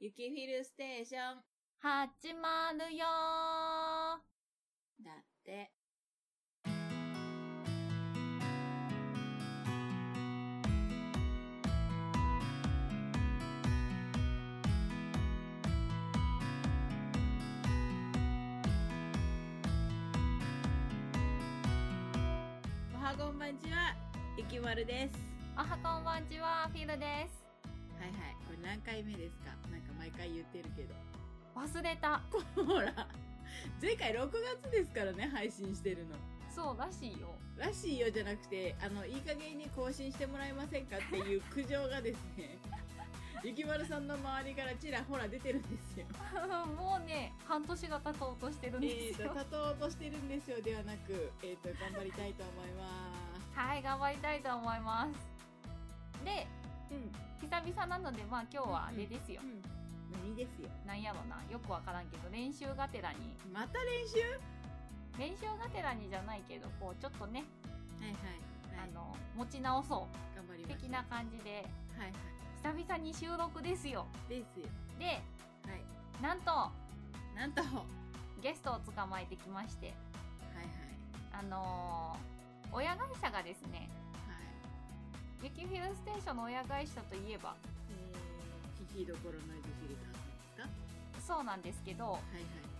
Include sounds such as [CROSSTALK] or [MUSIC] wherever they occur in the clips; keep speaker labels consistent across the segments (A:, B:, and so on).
A: 雪フィルステーション。
B: 始まるよー
A: だって。おはこんばんちは、ゆきまるです。
B: おはこんばんちは、フィルです。
A: はいはい。これ何回目ですかなんか毎回言ってるけど。
B: 忘れた。
A: ほら、前回6月ですからね、配信してるの。
B: そうらしいよ。
A: らしいよじゃなくて、あの、いい加減に更新してもらえませんかっていう苦情がです [LAUGHS] ね、ゆきまるさんの周りからちらほら出てるんですよ。
B: [LAUGHS] もうね、半年が経とうとしてるん
A: え
B: で
A: っ
B: す
A: と、
B: よ。
A: 立とうとしてるんですよではなく、えっ、と、頑張りたいと思いま
B: はい、頑張りたいと思います。で、
A: す。うん。
B: 久々なので、まあ今日はあれですよ
A: う。ん。何ですよ。
B: なんやろな、よくわからんけど、練習がてらに、
A: また練習は
B: 練習がてらにじゃないけど、こう、ちょっとね、
A: いはい。は
B: あ
A: い、
B: の、持ち直そう。
A: 頑張ります。
B: 的な感じで、
A: はいは
B: 久々に収録ですよ。
A: い。ですよ。
B: で、
A: は
B: なんと、
A: い。なんと、は
B: ゲストを捕まえてきまして、
A: いはい。
B: あのー親会社がですね、
A: はい。
B: 雪フィルステーションの親会社といえば、
A: えー、聞きどころのエビフィルターさんですかは
B: そうなんですけど、
A: いはい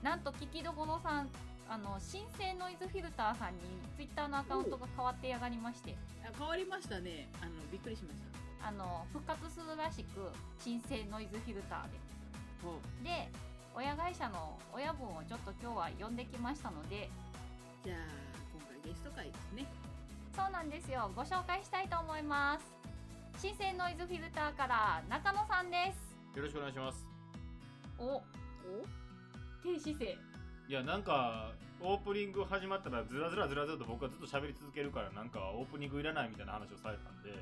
B: なんと聞きどころさん、あの、新生ノイズフィルターさんに、ツイッターのアカウントが変わってやがりまして、
A: あ変わりましたねあのびっくりしまし
B: あの、復活するらしく、新生ノイズフィルターで。
A: たほう
B: で、親会社の親分をちょっと今日は呼んできましたので、
A: じゃあ今回ゲスト会ですね
B: そうなんですよ、ご紹介したいと思います。新生ノイズフィルターから中野さんです。
C: よろしくお願いします。
B: お、
A: お
B: 低姿勢。
C: いや、なんか、オープニング始まったら、ずらずらずらずらと僕はずっと喋り続けるから、なんか、オープニングいらないみたいな話をされた [LAUGHS] んで、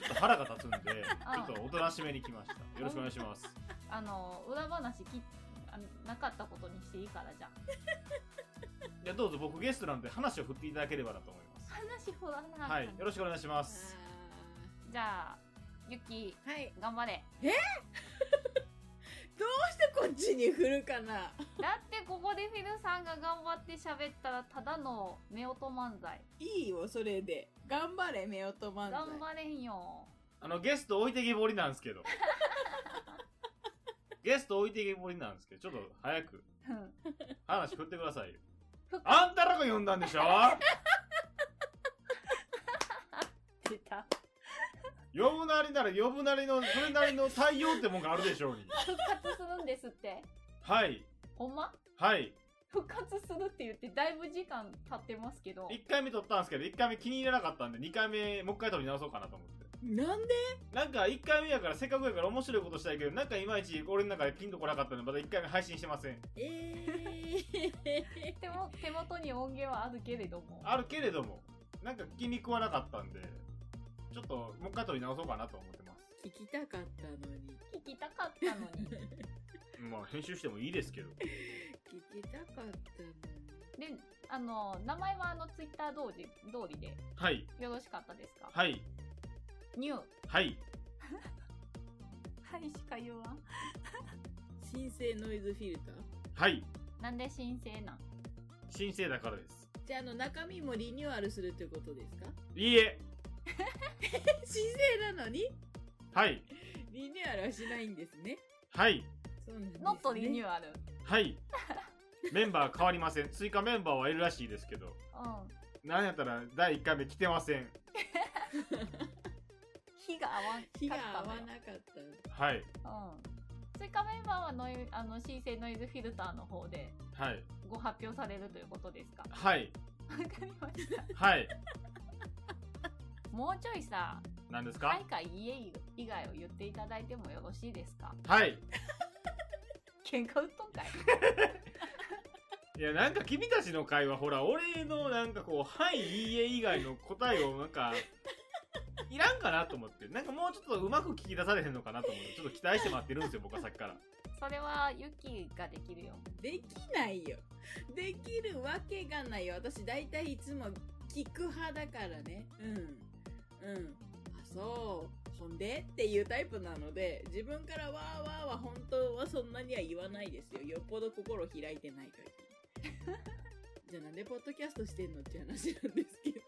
C: ちょっと腹が立つんで、ちょっとおとなしめに来ました。よろしくお願いします。
B: あの裏話きあなかったことにしていいからじゃん
C: いや、どうぞ僕ゲストなんで話を振っていただければなと思います。
B: 話ほらな、
C: はい、よろしくお願いします。
A: あ
B: じゃあゆき
A: ーはい
B: 頑張れ
A: そしてこっちに振るかな
B: だってここでフィルさんが頑張って喋ったらただの夫婦漫才
A: いいよそれで頑張れ夫婦漫才
B: 頑張れんよ
C: あの、ゲスト置いてけぼりなんです [LAUGHS] けど。ゲスト置いてけぼりなんですけど、ちょっと早く
B: うん
C: 話振ってくださいよ。あんたらが呼んだんでしょ
B: 出た
C: 呼ぶなりなら呼ぶなりの、それなりの対応ってもんがあるでしょうに。
B: 復活するんですって
C: はい。
B: ほんま
C: はい。
B: 復活するって言ってだいぶ時間経ってますけど
C: 1回目撮ったんですけど、1回目気に入らなかったんで、2回目、もう1回撮り直そうかなと思って。
A: なんで
C: なんか1回目やから、せっかくやから面白いことしたいけど、なんかいまいち俺の中でピンとこなかったんで、まだ1回目配信してません。
A: えー、
B: 手も手元に音源はあるけれども
C: あるけれども、なんか気に食わなかったんで、ちょっともう1回撮り直そうかなと思ってます。
A: [LAUGHS] 聞きたかったのに
B: 聞きたかったのに
C: まあ、編集してもいいですけど。
A: 聞きたかったのに
B: で、あの、名前はあの、ツイッター通り、通りで、
C: はい。
B: よろしかったですか
C: はい。
B: ニュー。
C: はい。
B: はい、しか言わん。
A: 新生ノイズフィルター
C: はい。
B: なんで申請なん
C: 新生だからです。
A: じゃああの中身もリニューアルするということですか
C: いいえ。
A: 新生なのに
C: はい。
A: リニューアルはしないんですね。
C: はい。
A: そうなんです、ね。
B: ノットリニュ
A: ー
B: ーアル。うん。
C: はい。メンバー変わりません。追加メンバーはいるらしいですけど、なんやったら第1回目来てません。
A: 火が合わ
B: 火が合わんかったい。
A: なかった。
C: はい。
B: うん。追加メンバーはノイあの、申請ノイズフィルターの方で
C: はい。
B: ご発表されるということです [LAUGHS] か
C: はい。
B: わかりました。
C: はい。
B: もうちょいさ、
C: 何です
B: はい
C: か
B: かいいえ以外を言っていただいてもよろしいですか
C: はい。
B: 喧嘩売っとんかい。
C: いや、なんか君たちの会話、ほら、俺のなんかこう、はい、いいえ以外の答えをなん
B: [LAUGHS]
C: か、いらんかなと思って、なんかもうちょっとうまく聞き出されへんのかなと思って、ちょっと期待して待ってるんですよ、僕はさっきから。
B: それは、ユキができるよ。
A: できないよ。できるわけがないよ。私大体いつも聞く派だからね。うん。うん。あ、そう。ほんでっていうタイプなので、自分からわーわーは本んなには言わないですよ。よっぽど心開いてないから。じゃあなんでポッドキャストしてんのっていう話なんですけど。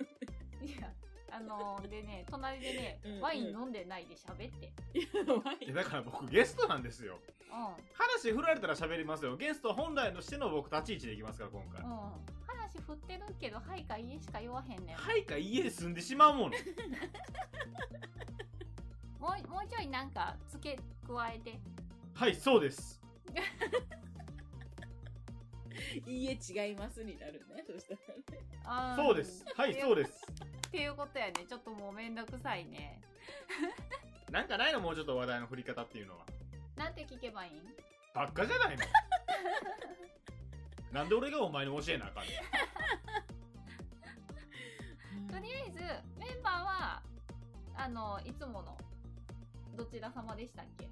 B: いやあのーでね隣でね
A: うん
B: ワイン飲んでないで喋って
A: [LAUGHS] 怖
C: いや
A: い。
C: だから僕ゲストなんですよ
B: う
C: 話振られたら喋りますよゲスト本来のしての僕立ち位置でいきますから今回、
B: んうん話振ってるけど「はい」か「いいえ」しか言わへんねん
C: はいか家で住んでしまうもの
B: もうもうちょいなんか付け加えて
C: はいそうです
A: いいえ、違いますになるね。そしたらね。
B: あー
C: そうですはいそうです
B: っていうことやねちょっともうめんどくさいね
C: なんかないのもうちょっと話題の振り方っていうのは
B: なんて聞けばいいん
C: ばっかじゃないのなんで俺がお前に教えなあかんねん
B: とりあえずメンバーはあのいつものどちら様でしたっけ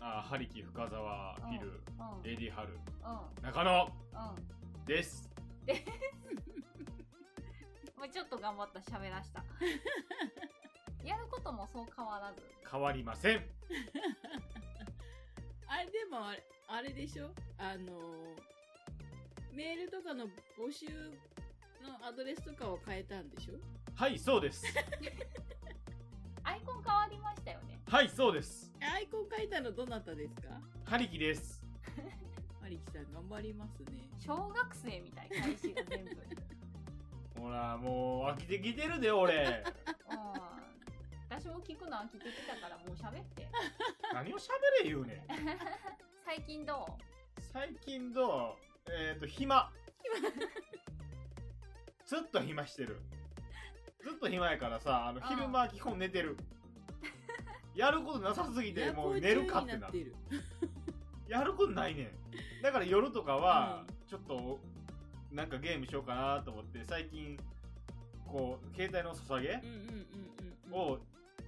C: あハリキ深澤フィル
B: うん
C: エディハル
B: うん
C: 中野
B: うん
C: です
B: まあ、ちょっと頑張った喋らした
C: [LAUGHS]
B: やることもそう変わらず
C: 変わりません
A: あれ、でもあれ、あれでしょあのー、メールとかの募集のアドレスとかを変えたんでしょ
C: はいそうです
B: アイコン変わりましたよね
C: はいそうです
A: アイコン書いたのどなたですか
C: ハリキです
A: マリキさん頑張りますね。
B: 小学生みたい開始が全部
C: ほらもう飽きてきてるで [LAUGHS] 俺
B: うん私も聞くの飽きてきたからもう喋って
C: 何を喋れ言うねん
B: 最近ど
C: 最近どうえっ、と暇ずっと暇してるずっと暇やからさあ
B: う
C: の
B: ん
C: 昼間は基本寝てるやることなさすぎて
A: 夜
C: もう
A: 行
C: 寝る
A: 中
C: かっ
A: に
C: て
A: な
C: な
A: ってる。
C: やることないねんだから夜とかは
A: う
C: ちょっとなんかゲームしようかなと思って最近こう携帯のささげ
A: うんうんうんうんうん。
C: を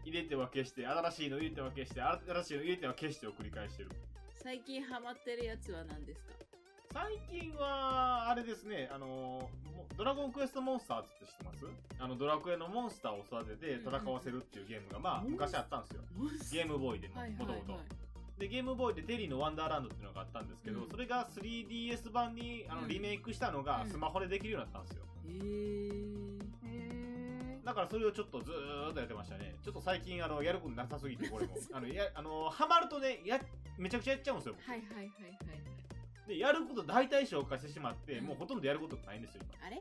C: 入れては消して新しいの入れては消して新しいの入れては消してを繰り返してる
A: 最近ハマってるやつは何ですか
C: 最近は、あれですね、あの、もドラゴンクエストモンスターズって知ってますあの、ドラクエのモンスターを育てて戦わせるっていうゲームが、まあ、
A: モンス
C: 昔あったんですよ。ゲームボーイでも、
A: はいはい
C: もと
A: は
C: も
A: い
C: と。で、ゲームボーイでテリーのワンダーランドっていうのがあったんですけど、
A: うん
C: それが 3DS 版にあ
A: う
C: の
A: ん
C: リメイクしたのが
A: うん
C: スマホでできるようになったんですよ。
A: えー、
B: うへえ
C: だからそれをちょっとずーっとやってましたね。ちょっと最近、あの、やることなさすぎて、これ
A: [LAUGHS]
C: も。あの、や、あの、ハマるとね、や、めちゃくちゃやっちゃうんですよ。
A: はいはいはいはい
C: で、やること大体消化してしまって、
A: うん
C: もうほとんどやることないんですよ、今。
A: あれ
C: い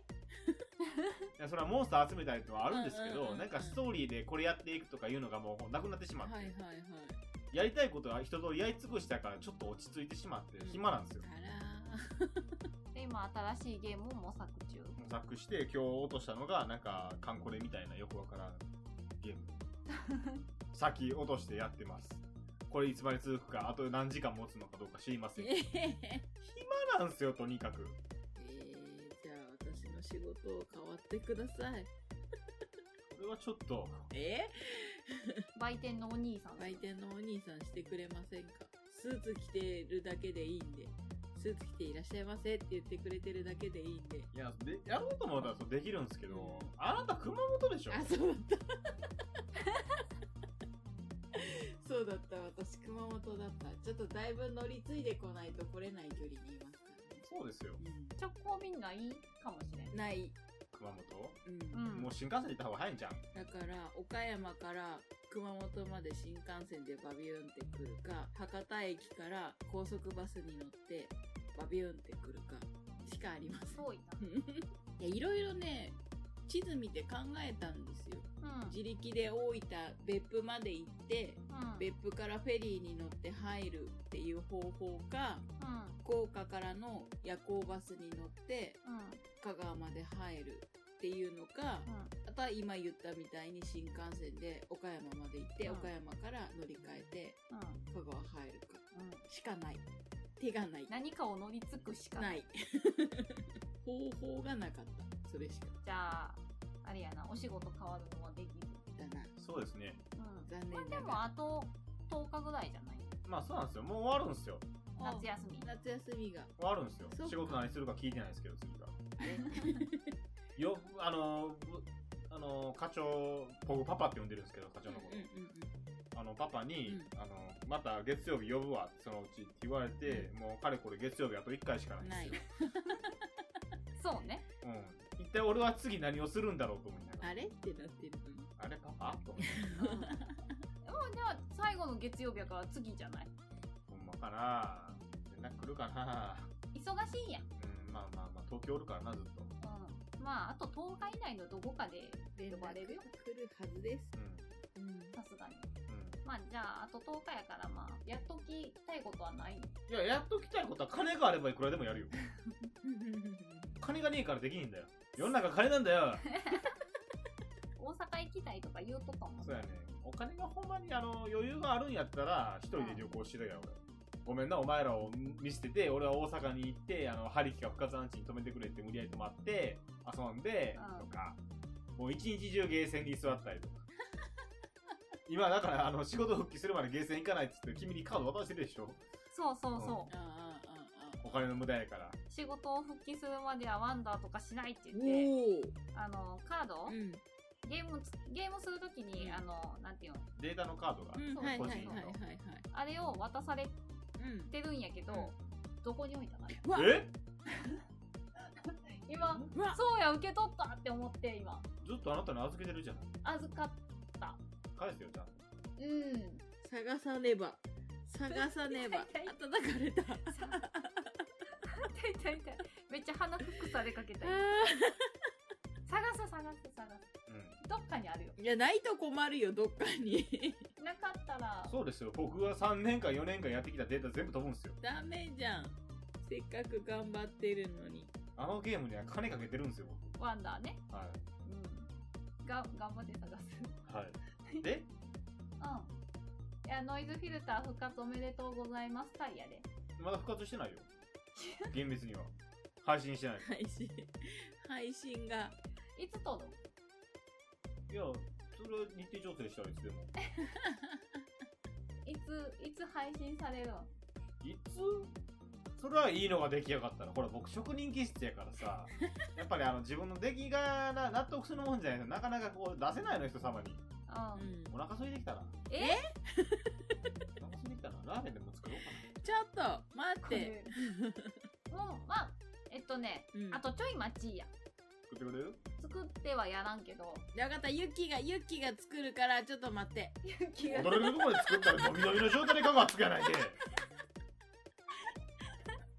C: やそれはモンスター集めたりとはあるんですけ
A: うんうんうん
C: ど、
A: うん
C: なんかストーリーでこれやっていくとかいうのがもうなくなってしまって、
A: はいはいはい
C: やりたいことは人とやり尽くしたからちょっと落ち着いてしまって
A: うん
C: 暇なんですよ。
A: あ
B: で今新しいゲームを模索中
C: 模索して今日落としたのがなんかカンコレみたいなよくわからんゲーム。
A: [LAUGHS]
C: 先落としてやってます。これいつまで続くか、あと何時間持つのかどうか知りませ
A: らー
C: ん。
A: え
C: 暇
A: ー、え
C: なんですよ、とにかく。
A: ー、じゃあ私の仕事を変わってください
C: これはちょっと、
A: え
B: 売店のお兄さん
A: ー、売店のお兄さんしてくれませんかスーツ着てるだけでいいんでスーツ着ていらっしゃいませって言ってくれてるだけでいいんで
C: いや、でやろうと思ったらそうできるんですけど、あなた熊本でしょ
A: あそうだった [LAUGHS] そうだった私熊本だったちょっとだいぶ乗り継いでこないと来れない距離にいますからね
C: そうですよ、
B: 直行便がいいかもしれん
A: うんない、
C: 熊本。
A: うん
B: うん
C: もう新幹線で行った方が早いんじゃん。
A: だから岡山から熊本まで新幹線でバビューンって来るか博多駅から高速バスに乗ってバビューンって来るかしかありません
B: 遠い
A: [LAUGHS] いやいろいろね地図見て考えたんですよ
B: な
A: 自力で大分別府まで行って
B: うんうん
A: 別府からフェリーに乗って入るっていう方法か
B: うん
A: 福岡からの夜行バスに乗って
B: う
A: 香
B: ん
A: 川まで入るっていうのか
B: うん
A: あとは今言ったみたいに新幹線で岡山まで行って、
B: うん
A: 岡山から乗り換えて
B: うん
A: 香川入るか
B: うん
A: しかない手がない
B: 何かを乗りつくしか
A: な
B: ない
A: い [LAUGHS] 方法がなかったそれしか
B: じゃああれやなお仕事変わるのはできる
A: だな
C: そうですね。
B: うん
A: 残念
B: で
A: な
B: も
A: が
B: あと10日ぐらいじゃない
C: まあそうなんですよ。もう終わるんですよ。
A: ら
B: 夏休み
A: お夏休みが
C: 終わるんですよ
A: そう。か
C: 仕事何するか聞いてないですけど、次
A: [LAUGHS]
C: が。よ、あのー、ぶあのー課長、僕パパって呼んでるんですけど、課長のこと。
A: うんうんうん
C: あの、パパに、
A: うん
C: あの、また月曜日呼ぶわ、そのうちって言われて、もうかれこれ月曜日あと1回しかないんですよ。
B: そうね
C: うん。一体俺は次何をするんだろうと思いながら。
A: あれってなってるのに。
C: あれパパと思って。
B: うんもうじゃあ最後の月曜日やから次じゃない
C: ほんまかな連絡来るかな
B: 忙しいんや
C: うん、まあまあまあ、東京おるからな、ずっと。
B: うんまああと10日以内のどこかで
A: 連
B: 呼ばれ
A: 絡
B: るよ
A: が来るはずです。
C: うん。
A: うん。
B: さすがに
C: う
B: まあじゃああと10日やからまあやっときたいことはない
C: ん。いや、やっときたいことは金があればいくらでもやるよ。金がねえからできねえんだよ。世の中金なんだよ。
B: 大阪行きたいとか言うとかもん
C: そうやね。お金がほんまにあの余裕があるんやったら、一人で旅行してたよ、俺。ごめんな、お前らを見捨てて、俺は大阪に行って、あの、ハリキか深津アンチに泊めてくれって無理やり泊まって、遊んで、
B: うん
C: とか、もう一日中ゲーセンに座ったりとか。今、だから、あの、仕事復帰するまでゲーセン行かないっつって、君にカード渡してるでしょ
B: そうそうそう、
A: ああ、ああ、ああ。
C: お金の無駄やから。
B: 仕事を復帰するまではワンダーとかしないって言って
A: お
B: あのカード、
A: お。うん。
B: ゲームつゲームするときに、
A: うん
B: あのなんていうの
C: データのカードが。
A: うん、はいはいはいはいはい。
B: あれを渡され
A: うん。
B: てるんやけど、どこに置いたかな
A: うわ
C: え
B: 今
A: うわ
B: そうや受け取ったって思って今
C: ずっとあなたに預けてるじゃない。
B: 預かっ
C: 返すよ、ちゃんと。
B: うん
A: 探さねば。探さねば。あ
B: [LAUGHS] 痛い痛い
A: たたかれた。
B: さ痛い痛い痛いめっちゃ鼻フックされかけた今
A: あ
B: 探す探す探す
C: うん。
B: どっかにあるよ
A: ーいや、ないと困るよ、どっかに。 [LAUGHS]
B: なかったら
C: そうですよ。僕が3年間、4年間やってきたデータ全部飛ぶんですよ。
A: ダメじゃん。せっかく頑張ってるのに。
C: あのゲームには金かけてるんですよ、僕。
B: ワンダーね
C: は
B: うんが頑張って探す
C: い。はい。で、
B: うんいやノイズフィルター復活おめでとうございますタイヤで
C: まだ復活してないよ。厳密には。配信してない。
A: 配信、配信が。
B: いつ届く
C: いや、それは日程調整したらいつでも。
B: いついつ配信されるの
C: いつそれはいいのが出来上がったの。ほら、僕職人気質やからさ、やっぱりあの自分の出来がな納得するもんじゃないとなかなかこう出せないの人様に。
A: う
B: う
A: ん。
B: ん
C: お腹空いてきたな。
B: え
C: お腹空いてきたな。ラーメンでも作ろうか
A: [LAUGHS] ちょっと、待っ
B: こ
A: て。
B: れもうまあえっとね
A: うん
B: あとちょい待ちや
C: な。作ってくれる
B: 作ってはやらんけど
A: でわかった、ゆきが、ゆきが作るから、ちょっと待って。
B: 気が
C: 踊れるとこまで作ったら、飲み飲みの状態でガがつくやないけ。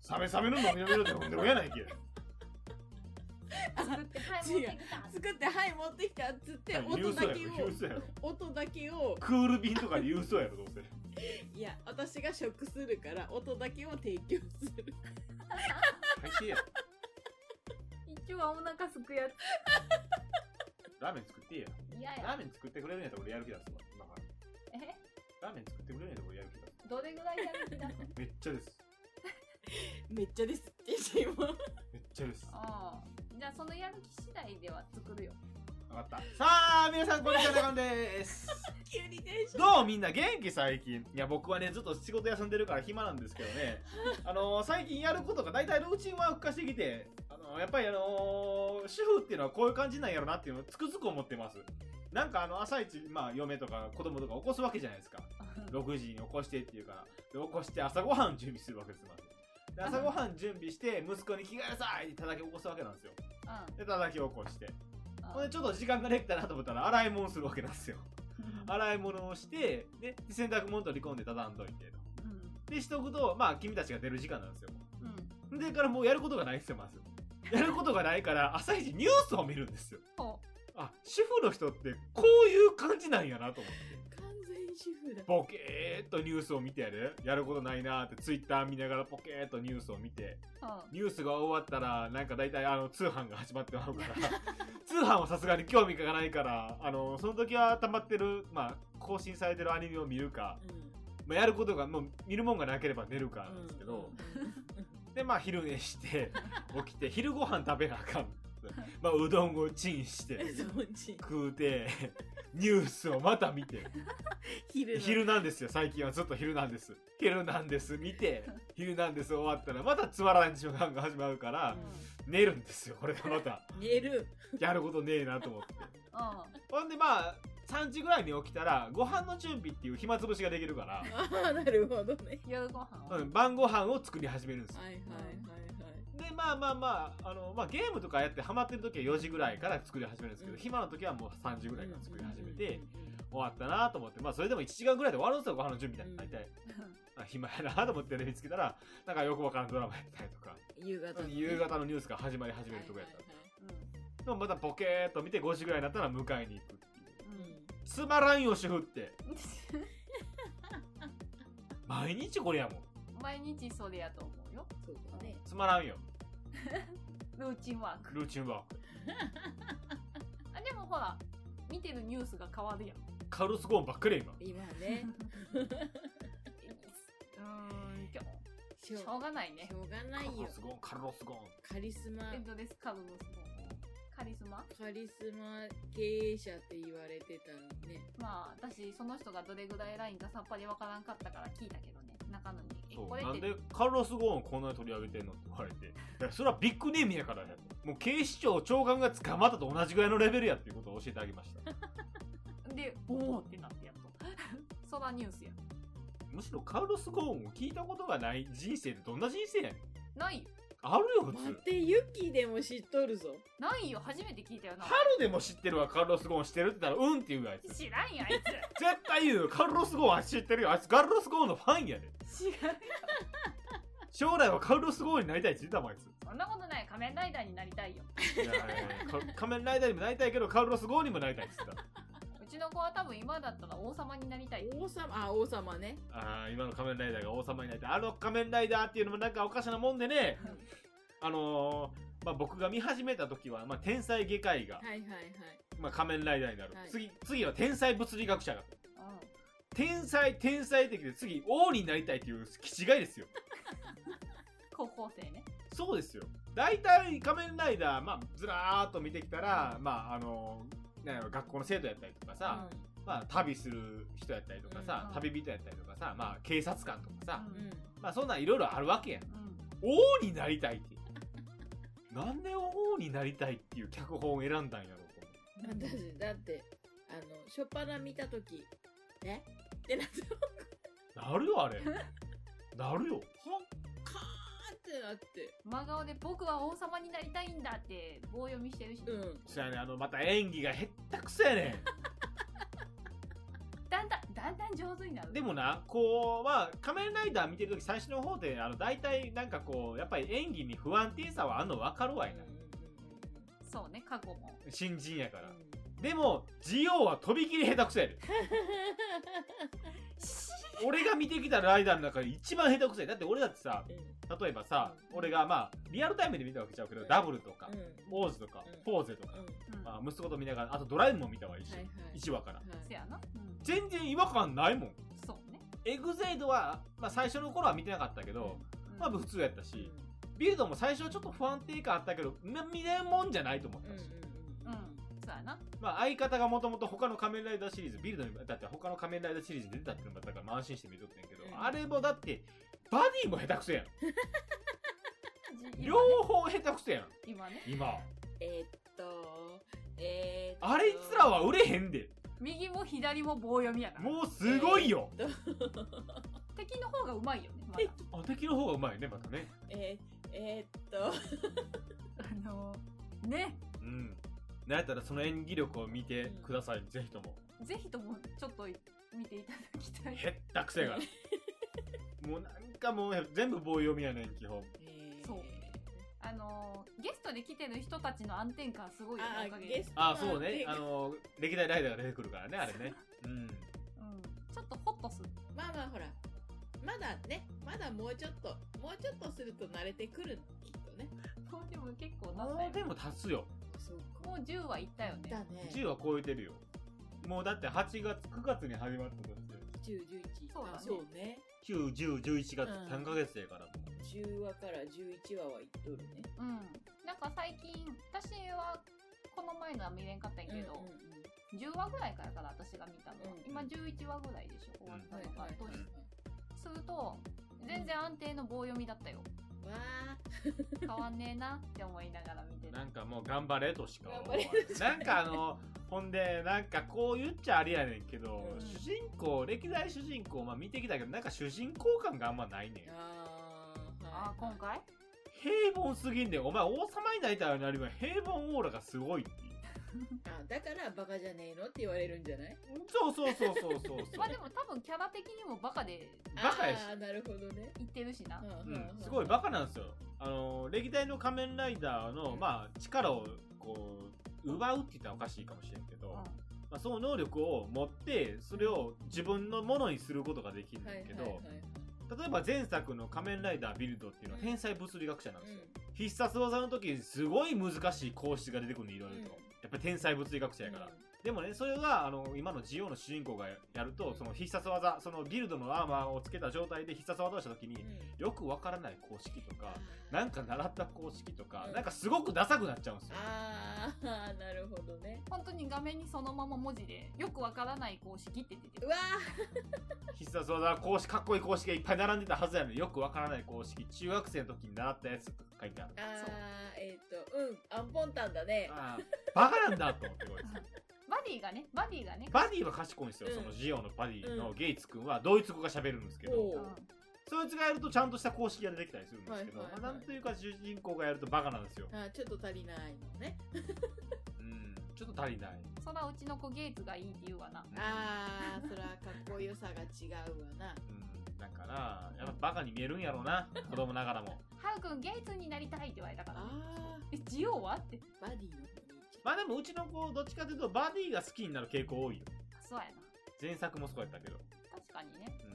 C: サメサメの飲み飲みので飲んでもやないけ。
B: 作ってはい持ってきた
A: [LAUGHS] 作って、はい、持ってきたっつって、音
C: 言うそ
A: だ
C: や
A: け
C: ろ、言う
A: を、
C: そやろ。
A: 音だけを、
C: クール便とかで言うそやろ、どうせ。
A: いや、私が食するから、音だけを提供する。
C: 最低やろ。
B: [LAUGHS] 一応はお腹すくやつ
C: ラーメン作ってや。
B: 嫌や
C: ラーメン作ってくれるんやったら俺やる気出すわ。今から。
B: え
C: ラーメン作ってくれるんやったら俺やる気出す。
B: どれぐらいやる気出すの
C: めっちゃです。
A: めっちゃですってしまう。
C: めっちゃです。
B: [LAUGHS] ああじゃあそのやる気次第では作るよ
C: わかった。さあ、皆さん、こんにちは、中野です。
A: [LAUGHS] 急にテンション。
C: どうみんな元気最近いや僕はねずっと仕事休んでるから暇なんですけどねあのー最近やることが大体ルーチンワーク化してきてあのーやっぱりあのー主婦っていうのはこういう感じなんやろなっていうのをつくづく思ってますなんかあの朝一まあ嫁とか子供とか起こすわけじゃないですか6時に起こしてっていうからで起こして朝ごはん準備するわけですまずで朝ごはん準備して息子に着替えなさいって叩き起こすわけなんですよ
B: う
C: で叩き起こして
B: ん
C: ほんでちょっと時間ができたなと思ったら洗い物するわけなんですよ洗い物をして、で、洗濯物取り込んで畳んどいてと。
B: うん
C: で、しとくと、まあ、君たちが出る時間なんですよ。
B: うん
C: で、からもうやることがないんですよ、まず。やることがないから、朝一ニュースを見るんですよ。
B: お
C: あ、主婦の人って、こういう感じなんやなと思って。
A: 完全主婦だ。
C: ボケーっとニュースを見てやる。やることないなーって、ツイッター見ながらポケーっとニュースを見て。
B: うん
C: ニュースが終わったら、なんか大体あの通販が始まってまうから、通販はさすがに興味がないから、あの、その時は溜まってる、まあ、更新されてるアニメを見るか、
A: うん。
C: まあ、やることが、もう見るもんがなければ寝るかなんですけど、で、まあ昼寝して、 [LAUGHS] 起きて、昼ご飯食べなあかん。まあ、うどんをチンし
A: うん。
C: て、
A: そうち
C: 食うて、ニュースをまた見て、
A: 昼の
C: 昼なんですよ、最近はずっと昼なんです。昼なんです、見て、昼なんです終わったら、またつまらない時間が始まるから、寝るんですよ、これがまた。
A: 寝る。
C: やることねえなと思って。
B: う
C: ほんでまあ、 3時ぐらいに起きたらご飯の準備っていう暇つぶしができるから
A: ああ、なるほどね。
B: 夜ご飯を、
C: うん晩ご飯を作り始めるんですよ
A: はいはいはい
C: でまあまあまああの、まあ、ゲームとかやってハマってる時は4時ぐらいから作り始めるんですけど、
A: うん
C: 暇の時はもう3時ぐら
A: はいい。
C: から作り始めて、終わったなと思ってまあそれでも1時間ぐらいで終わるんですよご飯の準備みたいな大体、あ暇やなと思ってね見つけたらなんかよくわからんドラマやったりとか
A: 夕方のね。
C: 夕方のニュースが始まり始めるとこやった、
A: はい
B: うん
C: でもまたボケーっと見て5時ぐらいになったら迎えに行くっていう
A: はいはい
C: つまらんよ主婦って
B: う
C: 毎日これやもん
B: ん毎日それやと思うよ
A: うんそうだね。
C: つまらんよ
B: ルーチンワーク
C: ルーチンワーク
B: あでもほら見てるニュースが変わるやん
C: カルロスゴーンばっかりや今
A: 今
B: ね [LAUGHS]
A: ね、
B: うーん今
A: し
B: 日
A: ょう
B: しょうがないね
A: しょうがない
C: カル
A: よ
C: ロ。スゴーンカルロスゴーン
A: カリスマ
B: エ、ンドレスカルロスのカリスマ
A: カリスマ経営者って言われてたのね。
B: まあ私その人がどれぐらい偉いんかさっぱりわからんかったから聞いたけどね中野に「え
C: そ
B: こ
C: う
B: れっ
C: なん
B: て
C: でカルロス・ゴーンこんなに取り上げてんのって言われていやそれはビッグネームやからねもう警視庁長官が捕まったと同じぐらいのレベルやっていうことを教えてあげました
B: でおおってなってやっと [LAUGHS] そらニュースや
C: むしろカルロス・ゴーンを聞いたことがない人生ってどんな人生やねん
B: ないよ
C: あるよ普
A: 待っ
C: 通
A: て、ユッキーでも知っとるぞ。
B: ないよ初めて聞いたよな
C: 春でも知ってるわカルロス・ゴーン知ってるって言ったらうんって言うあいつ
B: 知らんよあい
C: 絶対言うよカルロス・ゴーンは知ってるよあいつカルロス・ゴーンのファンやで [LAUGHS]
B: つ違う
C: 将来はカルロス・ゴーンになりたいって言ってたもんあいつ
B: そんなことない仮面ライダーになりたいよ
C: いやいやいやか [LAUGHS] 仮面ライダーにもなりたいけどカルロス・ゴーンにもなりたいって言ってた
B: うちの子は多分今だったら王様になりたい
A: 王様、あ、王様ね。
C: ああ今の仮面ライダーが王様になりたいあの仮面ライダーっていうのもなんかおかしなもんでねあのーまあ、僕が見始めた時は、まあ、天才外科医が、
A: はいはいはい。
C: まあ、仮面ライダーになる、
A: はい
C: 次次は天才物理学者が
B: う
C: 天才天才的で次王になりたいっていう気違い
A: [LAUGHS]
C: ですよ
B: ん高校生ね
C: そうですよ。大体仮面ライダー、まあ、ずらーっと見てきたら、まあ、あの、なんやろ学校の生徒やったりとかさ、まあ、旅する人やったりとかさ、
B: うん
C: 旅人やったりとかさ、まあ、警察官とかさ、
A: うん。うん
C: まあ、そんなんいろいろあるわけやん。
B: うん
C: 王になりたいって。なんで王になりたいっていう脚本を選んだんやろうと思う
A: 私、だって、あの、初っ端見たとき、えってなって、
C: なるよ、あれ。なるよ。
A: ほん、かーってなって。
B: 真顔で僕は王様になりたいんだって棒読みしてるし、
A: うん。
C: そやね、あの、また演技がへったくそやねん。
B: だんだんだんだん上手になる
C: でもな、こう、まあ、仮面ライダー見てるとき最初の方で、あの、大体なんかこう、やっぱり演技に不安定さはあんの分かるわいな
A: う。んうん
B: そうね過去も
C: 新人やから
A: う。んうん
C: でも、ジオウは飛び切り下手くそやで。俺が見てきたライダーの中で一番下手くそやで。だって俺だってさ、例えばさ、
A: うん
C: 俺がまあ、リアルタイムで見たわけちゃうけど、
A: うん
C: ダブルとか
A: う、ん
C: 王子とか
A: うん、
C: ポーゼとか、
B: うん
C: まあ、息子と見ながら、あとドラえもん見たわ、一
A: はいはい。
C: 1話から。
A: はい
B: せやな、うん
C: 全然違和感ないもん。
B: そうね
C: エグゼイドは、まあ最初の頃は見てなかったけど、
B: うん
C: まあ普通やっ
A: う
C: た
A: ん
C: し、ビルドも最初はちょっと不安定感あったけど、な見ないもんじゃないと思っ
A: うん
C: たし。
A: うん
B: うんそうやな
C: まあ相方がもともと他の仮面ライダーシリーズ、ビルドに、だって他の仮面ライダーシリーズに出てたっていうのもだからまあ安心して見とってんけど、
A: うん
C: あれもだって、バディも下手くそやん。
B: 今ね
C: 両方下手くそやん。
B: 今ね
C: 今。
A: えーっと、えーっと、
C: あれいつらは売れへんで。
B: 右も左も棒読みやな
C: もうすごいよ。
B: 敵の方がうまいよねまだ
C: えあ敵の方がうまいね、またね。
A: えー、えーっと、
B: あのーね
C: うん。なんやったらその演技力を見てください、ぜひとも。
B: ぜひともちょっと見ていただきたい
C: へったくせが。 [LAUGHS] もうなんかもう全部棒読みやねん、基本。
A: えー
B: そうあのーゲストで来てる人たちの安定感すごいよね
A: あ
B: おか
A: ー、
B: げ
A: ゲ
B: で
A: スト
C: ああ、そうね
A: で。
C: あの、 [LAUGHS] 歴代ライダーが出てくるからね、あれね。うん。
B: うんちょっとホッとする
A: まあまあほら、まだね、まだもうちょっと、もうちょっとすると慣れてくるきっとね。
B: もうでも結構なった
C: も
B: よ
C: うでも足すよ。
A: そう
B: もう10はいったよね
A: だね。
C: 10は超えてるよ。もうだって8月、9月に始まったとして、
A: 10、11。
B: そうだね
A: あそうね。
C: 9、10、11月、
A: うん
C: 3ヶ月やからもう。
A: 10話から11話はいっとるね。
B: うんなんか最近私はこの前のは見れんかったんやけど、10話ぐらいからから私が見たのは、
A: うん
B: 今11話ぐらいでしょ終わったのが、
A: はいはい
B: と
A: はい
B: すると全然安定の棒読みだったよ、
A: うわあ
B: 変わんねえなって思いながら見てる
C: なんかもう頑張れとしか思わない
A: 頑張れとしか
C: なんかあのほんでなんかこう言っちゃありやねんけど、
A: うん
C: 主人公歴代主人公、まあ、見てきたけどなんか主人公感があんまないねん
A: あーはい
B: あー今回
C: 平凡すぎんねんお前王様になりたいようになるよりは平凡オーラがすごいっていう
A: あだからバカじゃねえのって言われるんじゃない
C: そうそうそうそうそうそう
B: まあでも多分キャラ的にもバカで
C: バカやし
A: ああなるほどね、
B: 言ってるしな、
A: う
C: うん、すごいバカなんですよ。あの歴代の仮面ライダーの、まあ、力をこう奪うって言ったらおかしいかもしれんけど、ま
B: う
C: あ、その能力を持ってそれを自分のものにすることができるんだ
A: はいはい
C: け
A: はいは
C: ど、
A: い
C: 例えば前作の「仮面ライダービルド」っていうのは天才物理学者なんですよ、
A: う
C: 必殺技の時にすごい難しい公式が出てくるのいろいろ
A: う
C: と、
A: ん
C: やっぱり天才物理学者
A: ん
C: やから、でもねそれがあの今のジオの主人公がやるとその必殺技そのビルドのアーマーをつけた状態で必殺技をした時に、
A: うん
C: よくわからない公式とか、
A: あ
C: なんか習った公式とか
A: う、ん
C: なんかすごくダサくなっちゃうんですよ。
A: あー [LAUGHS] なるほどね
B: 本当に画面にそのまま文字でよくわからない公式って出て
A: う
B: る
A: わ
C: 必殺技は公式、かっこいい公式がいっぱい並んでたはずやのによくわからない公式、中学生の時に習ったやつとか書いてある
A: ー。あ
B: そう
A: ーえっ、とうんアンポンタンだね
C: ああ、バカなんだと思ってこいつ。
B: バディがねバディがね
C: バディは賢いんですよ、
A: うん
C: そのジオのバディ
A: う
C: の
A: ん
C: ゲイツ君はドイツ語が喋るんですけど、
A: おう
B: うん
C: そいつがやるとちゃんとした公式が出てきたりするんですけど、
A: はいはいはい
C: まあなんというか主人公がやるとバカなんですよ。
A: あーちょっと足りないのね
C: うん、ちょっと足りない。
B: そらうちの子ゲイツがいいって言うわな
A: あーそらかっこよさが違うわな
C: うん、だから、やっぱバカに見えるんやろうな、子供ながらも。
B: ハウ君ゲイツになりたいって言われたからね
A: あ
B: えジオはって
A: ーバディのお兄ちゃん
C: まあでもうちの子、どっちかというと、バディが好きになる傾向多いよ。
B: そうやな
C: 前作もそうやったけど。
B: 確かにね
C: うん。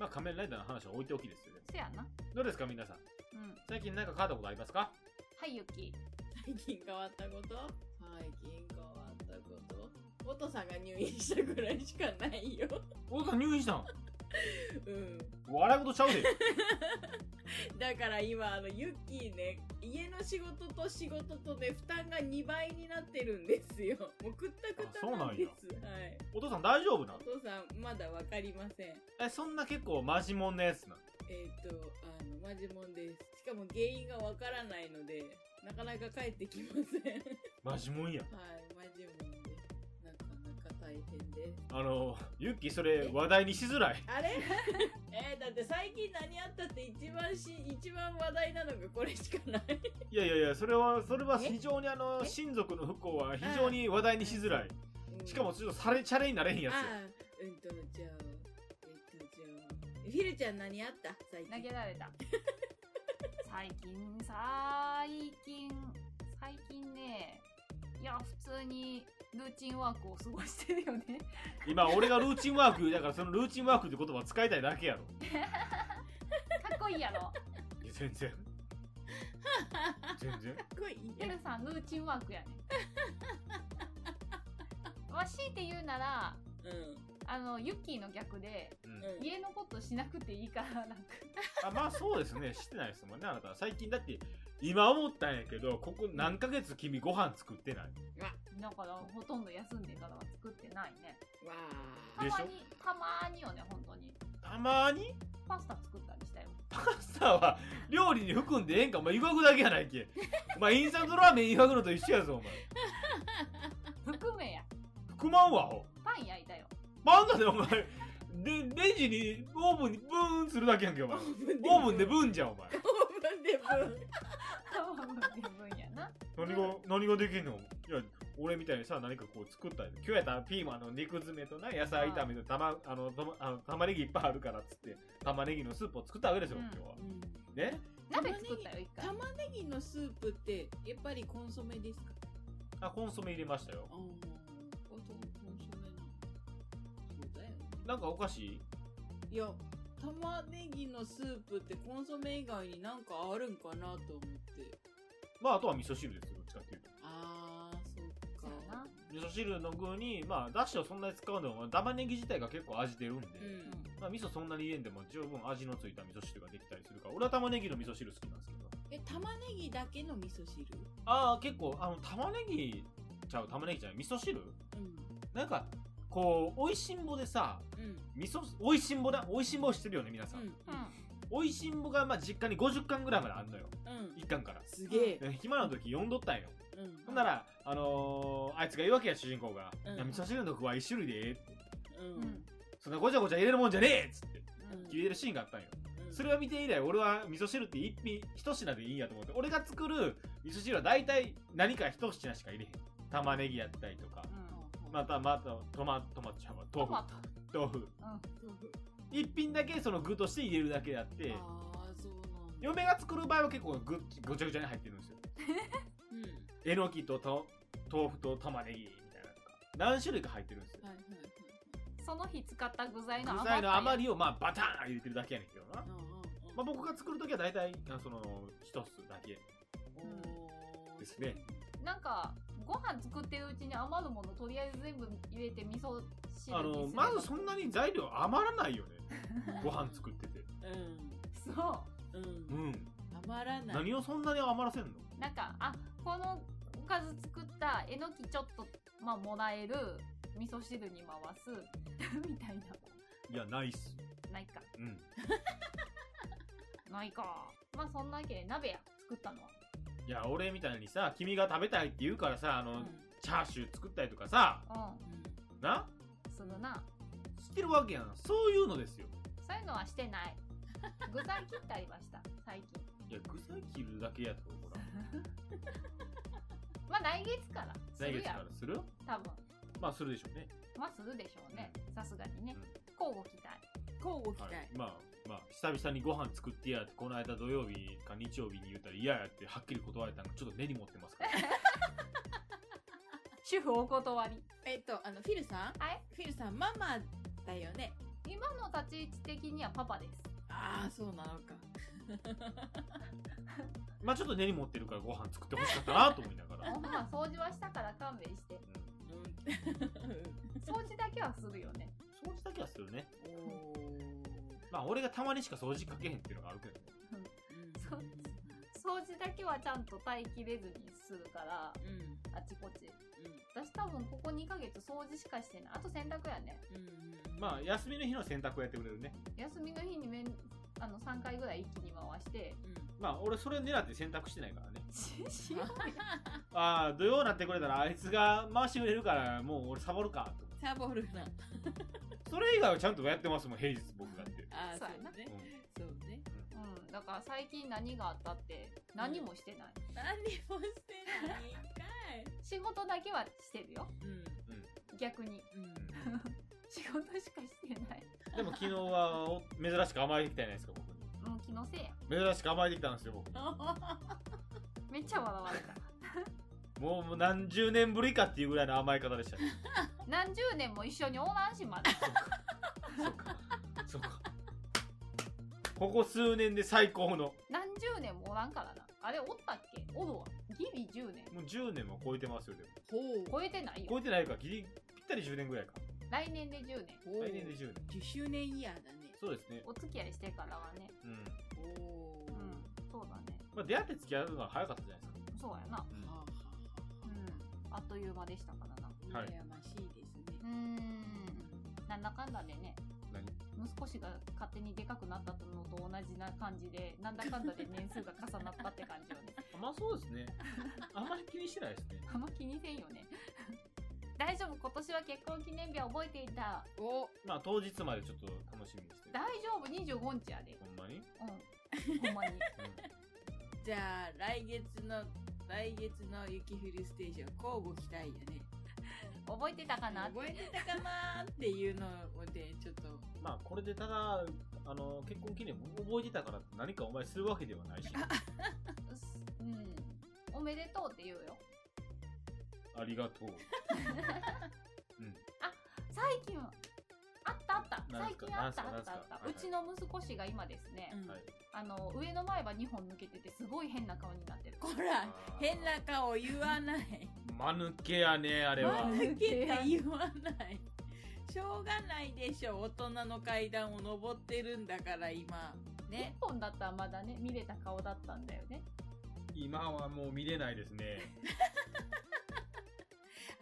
C: まあ仮面ライダーの話は置いておきですよね。
B: せやな
C: どうですか皆さん。
B: うん
C: 最近なんか変わったことありますか
B: はいユキ
A: [LAUGHS] 最近変わったこと最近変わったことお父さんが入院したぐらいしかないよ
C: お父さん入院したん
A: うん
C: 笑い事ちゃうで。
A: [LAUGHS] だから今あのユッキーね家の仕事と仕事とね負担が2倍になってるんですよもうくったくたなんですはい
C: お父さん大丈夫な
A: お
C: の
A: 父さんまだ分かりません
C: え、そんな結構マジモンなやつなの
A: えっ、とあのマジモンですしかも原因が分からないのでなかなか帰ってきません
C: マジモンや。
A: はいマジモンですなかなか大変です
C: あの、ユッキーそれ話題にしづらい。
A: あれ [LAUGHS] えーだって最近何あったって一番し一番話題なのがこれしかない
C: いやいやいや、それは、それは
A: え
C: 非常にあの、
A: え
C: 親族の不幸は非常に話題にしづらい。
A: うん
C: しかもちょっとされチャレになれへんやつや。
A: ああ、うんと、じゃあ、えっと、じゃあ、フィルちゃん何あった最
B: 投げ
A: 近。
B: ら
C: [LAUGHS]
B: れた最近最近最近ねいや普通にルーチンワークを過ごしてるよ
C: [LAUGHS]
B: ね
C: 今俺がルーチンワークだからそのルーチンワークって言葉使いたいだけやろ。
B: かっこいいやろ
C: いや全然
A: [LAUGHS]
C: 全然
A: すごいいい
B: て
A: や
B: るさんルーチンワークやね
C: [LAUGHS]
B: まあ強いて言うなら
A: うん。
B: あのユッキーの逆で
C: うん
A: うん。
B: 家のことしなくていいからなんか
C: あまあそうですねしてないですもんねあなた最近だって今思ったんやけどここ何ヶ月君ご飯作ってない
B: だからほとんど休んでからは作ってないね
A: わ
B: た
C: でしょ
B: まにたまによね本当に
C: たまに
B: パスタ作ったりしたよ
C: パスタは料理に含んでええんかお前湯がくだけやないけお前インスタントラーメン湯がくのと一緒やぞお前
B: 含めや
C: 含まんわほ
B: パン焼いた
C: [LAUGHS]
B: よ
C: なんだねお前でレンジにオーブンにブーンするだけやんけお前
A: ー。
C: オーブン [LAUGHS] で
A: ン。オー
C: ブーンじゃんお前
A: ブンでブン。
B: 自分やな
C: 何が、何ができんのいや、俺みたいにさ、何かこう作ったり、今日やったらピーマンの肉詰めとな、野菜炒めと玉、あの、玉あの玉ねぎいっぱいあるからっつって、玉ねぎのスープを作ったわけですよ、
B: うん
C: 今日は。ね
B: 鍋作ったよ一回
A: [LAUGHS] 玉ねぎのスープって、やっぱりコンソメですか
C: あ、コンソメ入れましたよ
A: あ。あ、コンソメの。そうだよね。
C: なんかおかしい
A: いや、玉ねぎのスープってコンソメ以外になんかあるんかなと思って。
C: まあ、あとは味噌汁ですよ、どっちかっていうと。
A: ああ、そっ
B: そうや
A: か
B: な。
C: 味噌汁の具に、まあ、だしをそんなに使うのも、玉ねぎ自体が結構味出るんで、
A: うん。
C: まあ、味噌そんなに入れんでも十分味のついた味噌汁ができたりするから、俺は玉ねぎの味噌汁好きなんですけど。
A: え、玉ねぎだけの味噌汁
C: ああ、結構、あの、玉ねぎ、ちゃう、玉ねぎじゃない、味噌汁
A: うん。
C: なんか、こう、美味しんぼでさ、
A: うん。
C: 味噌、美味しんぼだ、美味しんぼしてるよね、皆さん。
B: うん
C: おいしんぼがまあ実家に50巻ぐらいまであんのよ
A: うん
C: 1巻から
A: すげえ、
C: で暇な時読んどったんよ
A: うん
C: ほんなら、あのーあいつが言うわけや主人公が「
A: うん
C: いや味噌汁の具は一種類でええって
A: うん
B: う
A: うんん、
C: そんなごちゃごちゃ入れるもんじゃねえ!」っつって
A: うん
C: 入れるシーンがあったんよ
A: うん
C: それを見て以来俺は味噌汁って一品一品でいいんやと思って俺が作る味噌汁は大体何か一品しか入れへん玉ねぎやったりとかまたまたトマトマトちゃうわ
B: トマト
C: 豆腐豆腐一品だけその具として入れるだけであって
A: ああそうなんだ
C: 嫁が作る場合は結構ぐごちゃごちゃに入ってるんですよ
A: うん
C: えのきとと豆腐と玉ねぎみたいなのとか何種類か入ってるんですよ
A: はいはいはい
B: その日使った具材の
C: 具材の余
B: り
C: りをまあバターン入れてるだけやねんけどな
A: う、んうんうん
C: まあ、僕が作る時は大体あその一つだけ
A: おー
C: ですね
B: なんかご飯作ってるうちに余るものとりあえず全部入れて味噌汁
C: あのまずそんなに材料余らないよね
A: うん
C: ご飯作ってて
A: う
B: そ
A: んうん
C: うん
A: 余らない
C: 何をそんなに余らせんの
B: うなんかあこのおかず作ったえのきちょっとまあもらえる味噌汁に回す [LAUGHS] みたい
C: いやないっす
B: なないか
C: うん
B: ないかまあそんなわけで鍋や作ったのはい
C: や俺みたいにさ君が食べたいって言うからさあの、
A: うん
C: チャーシュー作ったりとかさ
B: う
C: なん
B: するな
C: 知ってるわけやんそういうのですよ
B: そういうのはしてない具材切ってありました最近 [LAUGHS]
C: いや具材切るだけやとほら
B: まあ来月からす
C: 来
B: る
C: 月か
B: や
C: らする
B: ん多分
C: まあするでしょうね
B: まあするでしょうねさすがにね
C: うん
B: 交互期待
A: 交互期待、
C: はい、まあまあ久々にご飯作ってやってこの間土曜日か日曜日に言うたら嫌やってはっきり断られたんがちょっと根に持って
B: [LAUGHS]
C: ますから
B: 主婦お断り
A: えっとあのフィルさん
B: はい
A: フィルさんママだよね
B: 今の立ち位置的にはパパです
A: ああそうなのか
C: まあちょっと根に持ってるからご飯作ってほしかったなと思いながら、
B: ほんま掃除はしたから勘弁して
A: う
C: うん
B: 掃除だけはするよね
C: ん、掃除だけはするね
A: おお
C: まあ俺がたまにしか掃除かけへんっていうのがあるけどね
B: そう掃除だけはちゃんと耐えきれずにするから
A: うんうん
B: あちこち私多分ここ2ヶ月掃除しかしてないあと洗濯やね
A: うんうん
C: まあ休みの日の洗濯をやってくれるね
B: 休みの日にめんあの3回ぐらい一気に回して
A: う
C: まあ俺それ狙って洗濯してないからね
B: しようん
C: ああ土曜になってくれたらあいつが回してくれるからもう俺サボるかと
A: サボるな
C: それ以外はちゃんとやってますもん平日僕だって、
A: ああ
B: そ
A: そうう
B: やな
A: ねそうね
B: [LAUGHS] うんだから最近何があったって何もしてない
A: 何もしてないんかい
B: 仕事だけはしてるよ
A: うん
B: 逆に
A: うん
B: 仕事しかしてない
C: うん、でも昨日はお珍しく甘えてきたじゃないですか僕に
B: もう気のせいや
C: 珍しく甘えてきたんですよ僕
B: めっちゃ笑われた
C: もうもう何十年ぶりかっていうぐらいの甘え方でしたね
B: 何十年も一緒におらんしまだ
C: そうかそうかここ数年で最高の
B: 何十年もおらんからなあれおったっけおるわギリ10年
C: もう10年も超えてますよでも
A: ほう
B: 超えてない
C: 超
B: よ
C: えてないかギリぴったり10年ぐらいか
B: 来年で10年
A: ほう
C: 来年で10年
A: 10周年イヤーだね
C: そうですね
B: お付き合いしてからはね
C: うん
A: おお
B: うんそうだね
C: まあ出会って付き合うのは早かったじゃないです
B: そ
C: か
B: うやな
A: はあは
B: うんあっという間でしたからな
A: あはあ
C: はい
A: 羨ましいですね
B: うーんなんだかんだでね
C: 何
B: 息子氏が勝手にでかくなったのと同じな感じでなんだかんだで年数が重なったって感じよね
C: [LAUGHS] あまあそうですねあんまり気にしてないですね
B: あんま気にせんよね大丈夫今年は結婚記念日は覚えていた
A: お
C: まあ当日までちょっと楽しみにしてる
B: 大丈夫25日やで
C: ほんまに、
B: うんほん
C: [LAUGHS]
B: まに
C: う
A: じゃあ来月の来月の雪降りステージは交互期待やね
B: 覚えてたかな
A: 覚えてたかなーっていうのをねちょっと
C: んまあこれでただあの結婚記念も覚えてたからって何かお前するわけではな
A: [LAUGHS]
C: いし
B: うんおめでとうって言うよ
C: ありがとう
B: 最近はあったあった
C: なん
B: 最
C: すか
B: 近あったあ
C: なん
B: っ
C: す
B: たあ
C: かなんすか
B: ったうちの息子氏が今ですね、
A: うん
C: はい
B: あの上の前歯2本抜けててすごい変な顔になってる
A: こら
C: あ
A: [LAUGHS]
C: ー
A: 変な顔言わない
C: 間抜けやねあれ [LAUGHS] は
A: 間抜けって言わないしょうがないでしょ大人の階段を登ってるんだから今
B: 1
A: ね
B: 本だったらまだね見れた顔だったんだよね
C: 今はもう見れないですね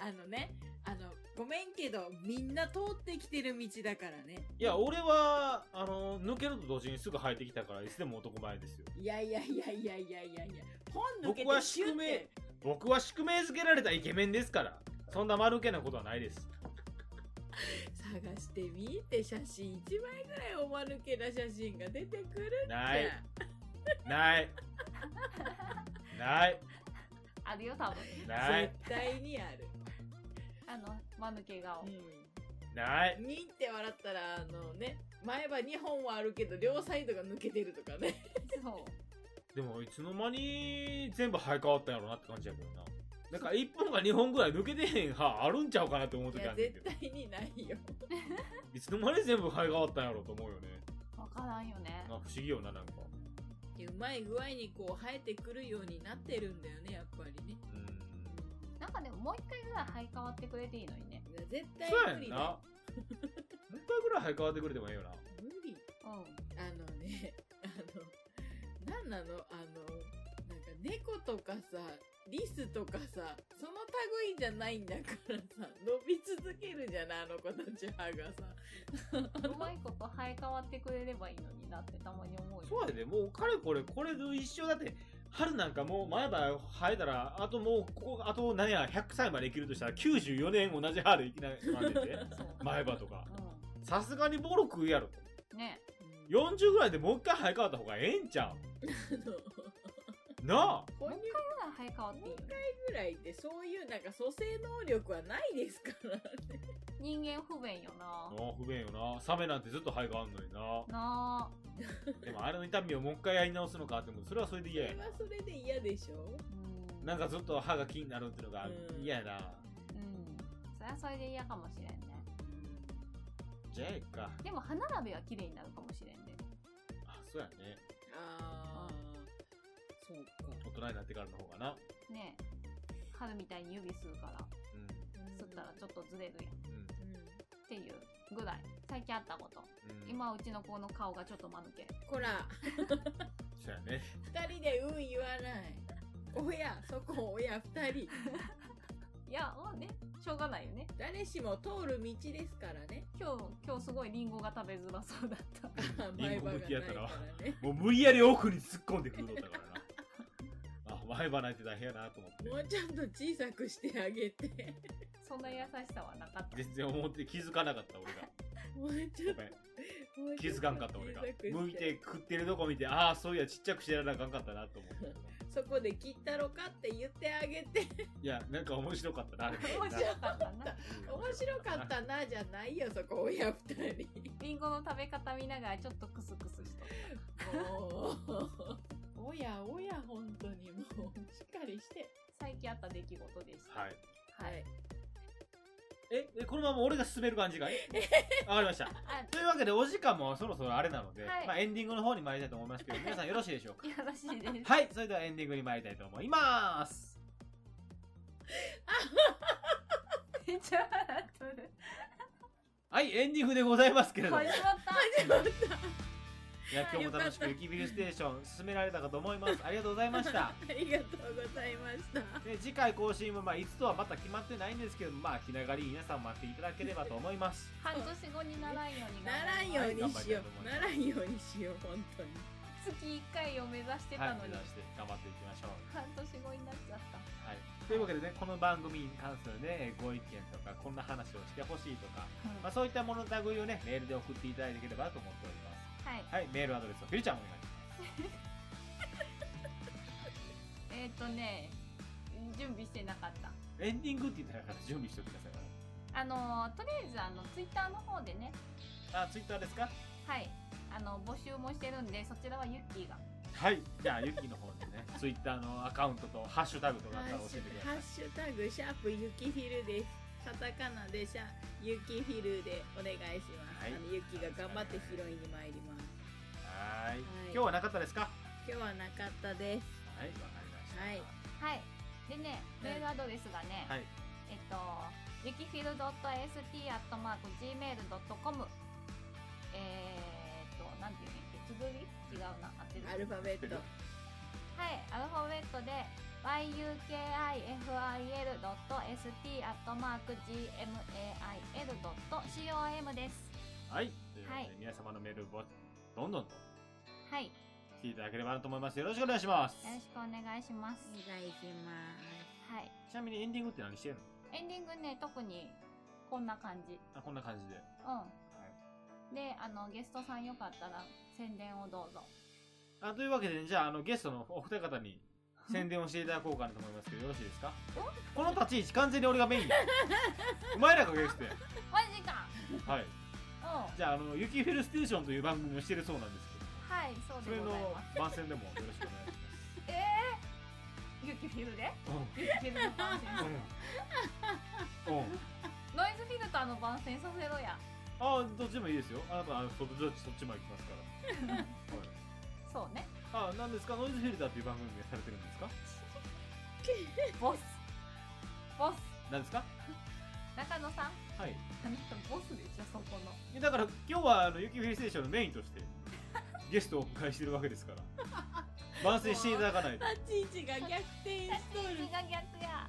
A: あのねあのごめんけど、みんな通ってきてる道だからね。
C: いや、俺は、あの、抜けると同時にすぐ生えてきたから、いつでも男前ですよ。
A: いやいやいやいやいやいやいや。本抜け
C: 僕
A: て
C: は
A: シュ
C: 宿
A: ッ
C: 命
A: て。、
C: 僕は宿命づけられたイケメンですから、そんな丸けなことはないです。
A: 探してみって写真1枚ぐらいおまぬけな写真が出てくるじゃん。 [LAUGHS]
C: ない、ない、ない、
B: あるよ、多分。
A: [LAUGHS]
C: ない、
A: 絶対にある。
B: あの、間抜け顔。
A: う
C: ない。
A: ん。にって笑ったら、あのね、前歯2本はあるけど、両サイドが抜けてるとかね。
B: そう。
C: でも、いつの間に全部生え変わったんやろなって感じやけどな。なんか1本が2本ぐらい抜けてへん歯あるんちゃうかなって思う
A: い
C: 時あ
A: や、
C: るんだけ
A: 絶
C: ど。
A: 対にないよ。
C: [LAUGHS] いつの間に全部生え変わったんやろと思うよね。
B: わからんよね
C: なん。か不思議よな、なんか。
A: でうまい具合にこう生えてくるようになってるんだよね、やっぱりね。
C: うん。
B: なんかでももう一回ぐらい生え変わってくれていいのにね。
A: いや絶対
C: そうや
A: 無
C: ん
A: 理
C: な
A: だ。。
C: もう一回ぐらい生え変わってくれてもええよな。
A: 無理。
C: [LAUGHS]
B: う
A: あのね、 [LAUGHS] あの、なんなのあの、なんか猫とかさ、リスとかさ、その類じゃないんだからさ、 [LAUGHS] 伸び続けるじゃない、あの子たち歯がさ。
B: ん。うまいこと生え変わってくれればいいのになってたまに思うよ。
C: そうやで、もうかれこれ、これと一緒だって、春なんかもう前歯生えたら、あともう、ここ、あと何や、100歳まで生きるとしたら94年同じ歯で生きながらでて
B: そう。
C: 前歯とか。
B: う
C: さすがにボロ食うやろ。
B: ん。ね。
A: よ
C: 40ぐらいでもう一回生え変わった方がええんちゃ
A: あの、
C: うなあ
A: 哺乳
B: ぐらい生え変わっていいよね。
A: ぐらいってそういうなんか蘇生能力はないですからね。
B: 人間不便よな
C: な。あ不便よな。サメなんてずっと生え変わんのにな。
B: なあ。
C: でもあれの痛みをもう一回やり直すのかって思う。それはそれで
A: そ
C: 嫌や
A: れ
C: な
A: は。それで嫌でしょ
B: うん。
C: なんかずっと歯が気になるっていうのが
A: うん
C: 嫌やな。
B: うん。それはそれで嫌かもしれんね。
C: じゃあええか。
B: でも歯並びは綺麗になるかもしれんね。
C: あ、そうやね。
A: あー、そうか。
C: 大人になってからの方がな。
B: ねえ。春みたいに指吸うから、
C: うん。
B: 吸ったらちょっとずれるやん。
C: うん。
A: うん
B: っていうぐらい。最近あったこと。
C: うん、
B: 今うちの子の顔がちょっと間抜け。
A: こら、
C: そうやね。
A: 二人でうん言わない。親、そこ親二人。
B: いや、まあね、しょうがないよね。
A: 誰しも通る道ですからね。
B: 今日、今日すごいリンゴが食べづらそうだっ
A: [LAUGHS]
B: た。 [LAUGHS]
A: 前歯がないからね。
C: もう無理やり奥に突っ込んでくるのだ
A: [LAUGHS]
C: からな。あ、前歯なんて大変やなと思って。
A: もうちょっと小さくしてあげ
C: [LAUGHS]
A: て。
B: そんな優しさはなかった。
C: 全然思って気づかなかった俺が。
A: もうちょっ
C: ごめん
A: と。もう
C: 気
A: ちょと
C: づかんかった俺が
A: 小さくして。
C: 向いて食ってるとこ見て、ああ、そういやちっちゃくしてやらなあかんかったなと思って。
A: そこで切ったろかって言ってあげて。
C: いや、なんか面白かったな。あ
B: [LAUGHS]
C: れ
B: 面白かったな。
C: うん
A: 面白かったな、じゃないよ、そこ親二人。
B: [LAUGHS]
C: [LAUGHS]
B: リンゴの食べ方見ながらちょっとクスクスしとっ
A: もう。おやおや、本当にもう、しっかりして。
B: た。最近あった出来事でした。
C: はい。
A: はい。
C: え、えこのまま俺が進める感じかいわかりました。というわけで、お時間もそろそろあれなので、
B: はい
C: まあ、エンディングの方に参りたいと思いますけど、皆さんよろしいでしょうか
B: あ、よろしいです。
C: はい、それではエンディングに参りたいと思います。
B: めっちゃ笑っとる。
C: はい、エンディングでございますけれ
B: 始
C: ど
B: ま
C: も、
B: っ
C: いや
B: た。
C: 今日も楽しく雪ビルステーション進められたかと思います。ありがとうございました。
A: ありがとうございました。
C: で次回更新も、まあ、いつとはまた決まってないんですけど、まあ、気長に皆さん待っていただければと思います。
B: 半年後にならんように
A: ならん
B: う
A: ようにしよう。ならんようにしよう、本当に。
B: 月1回を目指して
C: は
B: た
C: い、
B: の
C: 目
B: に、
C: 指して頑張っていきましょう。
B: 半年後になっちゃった。
C: はい、というわけでね、この番組に関するね、ご意見とか、こんな話をしてほしいとか、まあ、そういったものの類をね、メールで送っていただければと思っております。
B: はい。
C: はい、メールアドレスをフィルちゃんお願いします。
B: えっ、とね、準備してなかった。
C: エンディングって言ってなから準備しておいてください。
B: あのーとりあえずあのツイッターの方でね、
C: あ、ツイッターです
B: は
C: か
B: い、あの募集もしてるんで、そちらはユッキーが。
C: はい。じゃあ、ゆきの方で [LAUGHS] ね、ツイッターのアカウントとハッシュタグとかあったら教えてくだ
A: ハ
C: さ
A: ッシュタグ、シャープ、ゆきフィルです。カタカナでシャ、ゆきフィルでお願いします。
C: はい
A: あの、ゆきが頑張って拾いに参ります。
C: い。は
A: はい
C: ーい。今日はなかったですかは
A: 今日はなかったです。
C: い、わかりました。
A: はい
B: はい。でね、メールアドレスがね、
C: はい。
B: えっと、ゆきフィル .st.gmail.com。えー、っと、なんていうんだっけ、つぶり違うな、合ってる。
A: アルファベット。
B: はい、アルファベットで、 yukifil.st.gmail.com です。
C: はい。ということで、
B: はい
C: 皆様のメールをどんどんと
B: はい。よ
C: 来ていただければなと思います。よろしくお願いします。
B: ろしくお願いします。
A: お願いします。
B: はい。
C: ちなみにエンディングって何してるの
B: エンディングね、特にこんな感じ。
C: あ、こんな感じで。
B: うん。で、あの、ゲストさんよかったら宣伝をどうぞ。
C: あというわけで、じゃあ、あの、ゲストのお二方に宣伝をしていただこうかなと思いますけど、よろしいですかこの立ち位置、完全に俺がメインだ。お前らがゲストや。
B: マジか
C: はい。
B: うん。は
C: じゃあ、あの、雪フェルステーションという番組をしてるそうなんですけど、
B: い、そう
C: それ
B: でご
C: の
B: ざいます。
C: 番宣でもよろしくお願いし
B: ええー、ユキフィルで
C: ます。
B: ユキフィルの番 [LAUGHS] 宣。
C: うん。うん。うん。
B: ノイズフィルターの番宣させろや。
C: あ、どっちでもいいですよ。あなた、あのそっち、そっちも行きます [LAUGHS] か
B: そうね。
C: ら。はい。あ、なんですかノイズフィルターという番組がされてるんですか
B: ボス。ボス。
C: なんですか
B: 中野さん。
C: はい。
B: あなたボスでしょ、そこの。
C: だから今日はあの雪降りステーションのメインとしてゲストをお迎えしてるわけです [LAUGHS] から番宣していただかないと
A: 立ち位置が逆転しとる
B: 立ち位。置が逆や。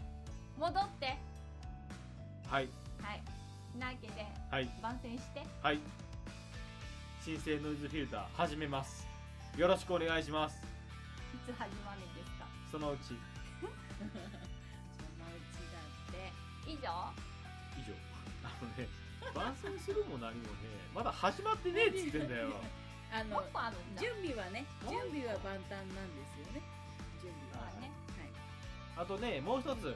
B: 戻って。
C: はい
B: はい。なわけで、
C: はい
B: 番宣して。
C: はい新生ノイズフィルター始めますよろしくお願いします
B: いつ始まるんですか
C: そのうち
A: そのうちだって。
B: 以上
C: 以上あの [LAUGHS] ね番宣するも何もねまだ始まってねえっつってんだよ
A: あの
B: もっ、とあるんだ
A: 準備はね、準備は万端なんですよね。準備は。
B: はね
A: はい。
C: あとねもう一つ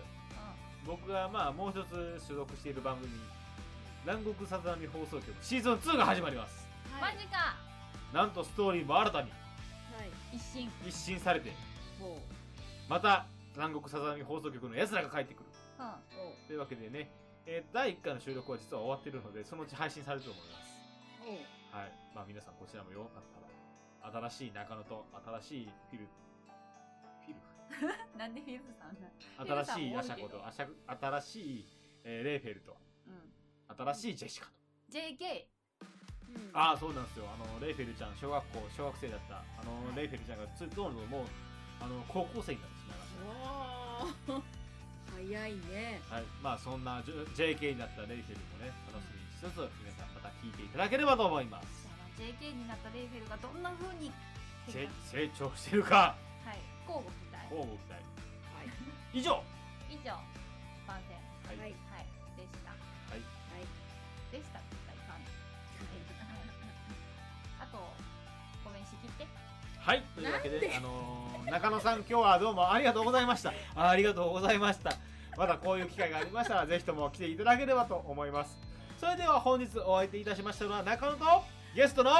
C: 僕がまあもう一つ所属している番組南国さざ波放送局シーズン2が始まります
B: うん、
A: は
B: マ
A: い。
B: ジか
C: なんとストーリーも新たに
A: はい。
B: 一新
C: 一新されて
A: [LAUGHS] ほ
C: また南国さざ波放送局の奴らが帰ってくる
B: うん
A: う。ほう。
C: というわけでね、えー第1回の収録は実は終わってるのでそのうち配信されると思います
A: ほう。
C: はいまあ皆さんこちらもよかったら新しい中野と新しいフィル
B: なんでフィルさんだ
C: フィル新しい
B: フィル
C: アシ
B: さん
C: ャ
B: も多いけ
C: コと
B: ど
C: アシャ新しい、えーレイフェルと
B: うん
C: 新しいジェシカと、
B: JK
A: うん
C: ああそうなんですよあのレイフェルちゃん小学校小学生だったあの
B: はい
C: レイフェルちゃんがつどうももうあの高校生になってしまいました
A: おー早いね。
C: はい、まあそんな J- JK になったレイフェルもね楽しみにしつつ皆さんまた聞いていただければと思いま
B: じ
C: す
B: ゃあ JK になったレイフェルがどんな風に
C: せ成長してるか
B: はい交互期待
C: 乞うご期待
A: は
C: 以上は
B: 以上番宣
A: い。はい。はい。
B: はいでした
C: はい
B: でしたって言ったらいかんはいあとごめん仕切 [LAUGHS] って
C: はいというわけで
A: なんで
C: あのー中野さん今日はどうもありがとうございましたあありがとうございましたまたこういう機会がありましたらぜひとも来ていただければと思いますそれでは本日お相手いたしましたのは中野とゲス [LAUGHS] トの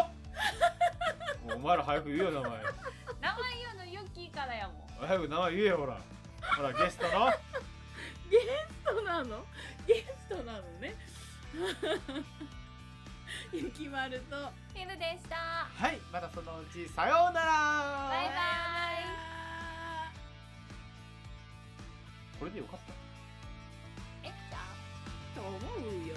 C: お前ら早く言えよ名前
B: 名前言うのユッキーからやもん
C: 早く名前言えよほらほらゲストの
A: ゲストなのゲストなのね。 [LAUGHS] ゆきまると。バイ
B: フィルでした
C: はい、またそのうちさような
B: バ
C: ら
B: イバイ
A: イ。
C: これでよかった
B: えっちゃん
A: と思うよ。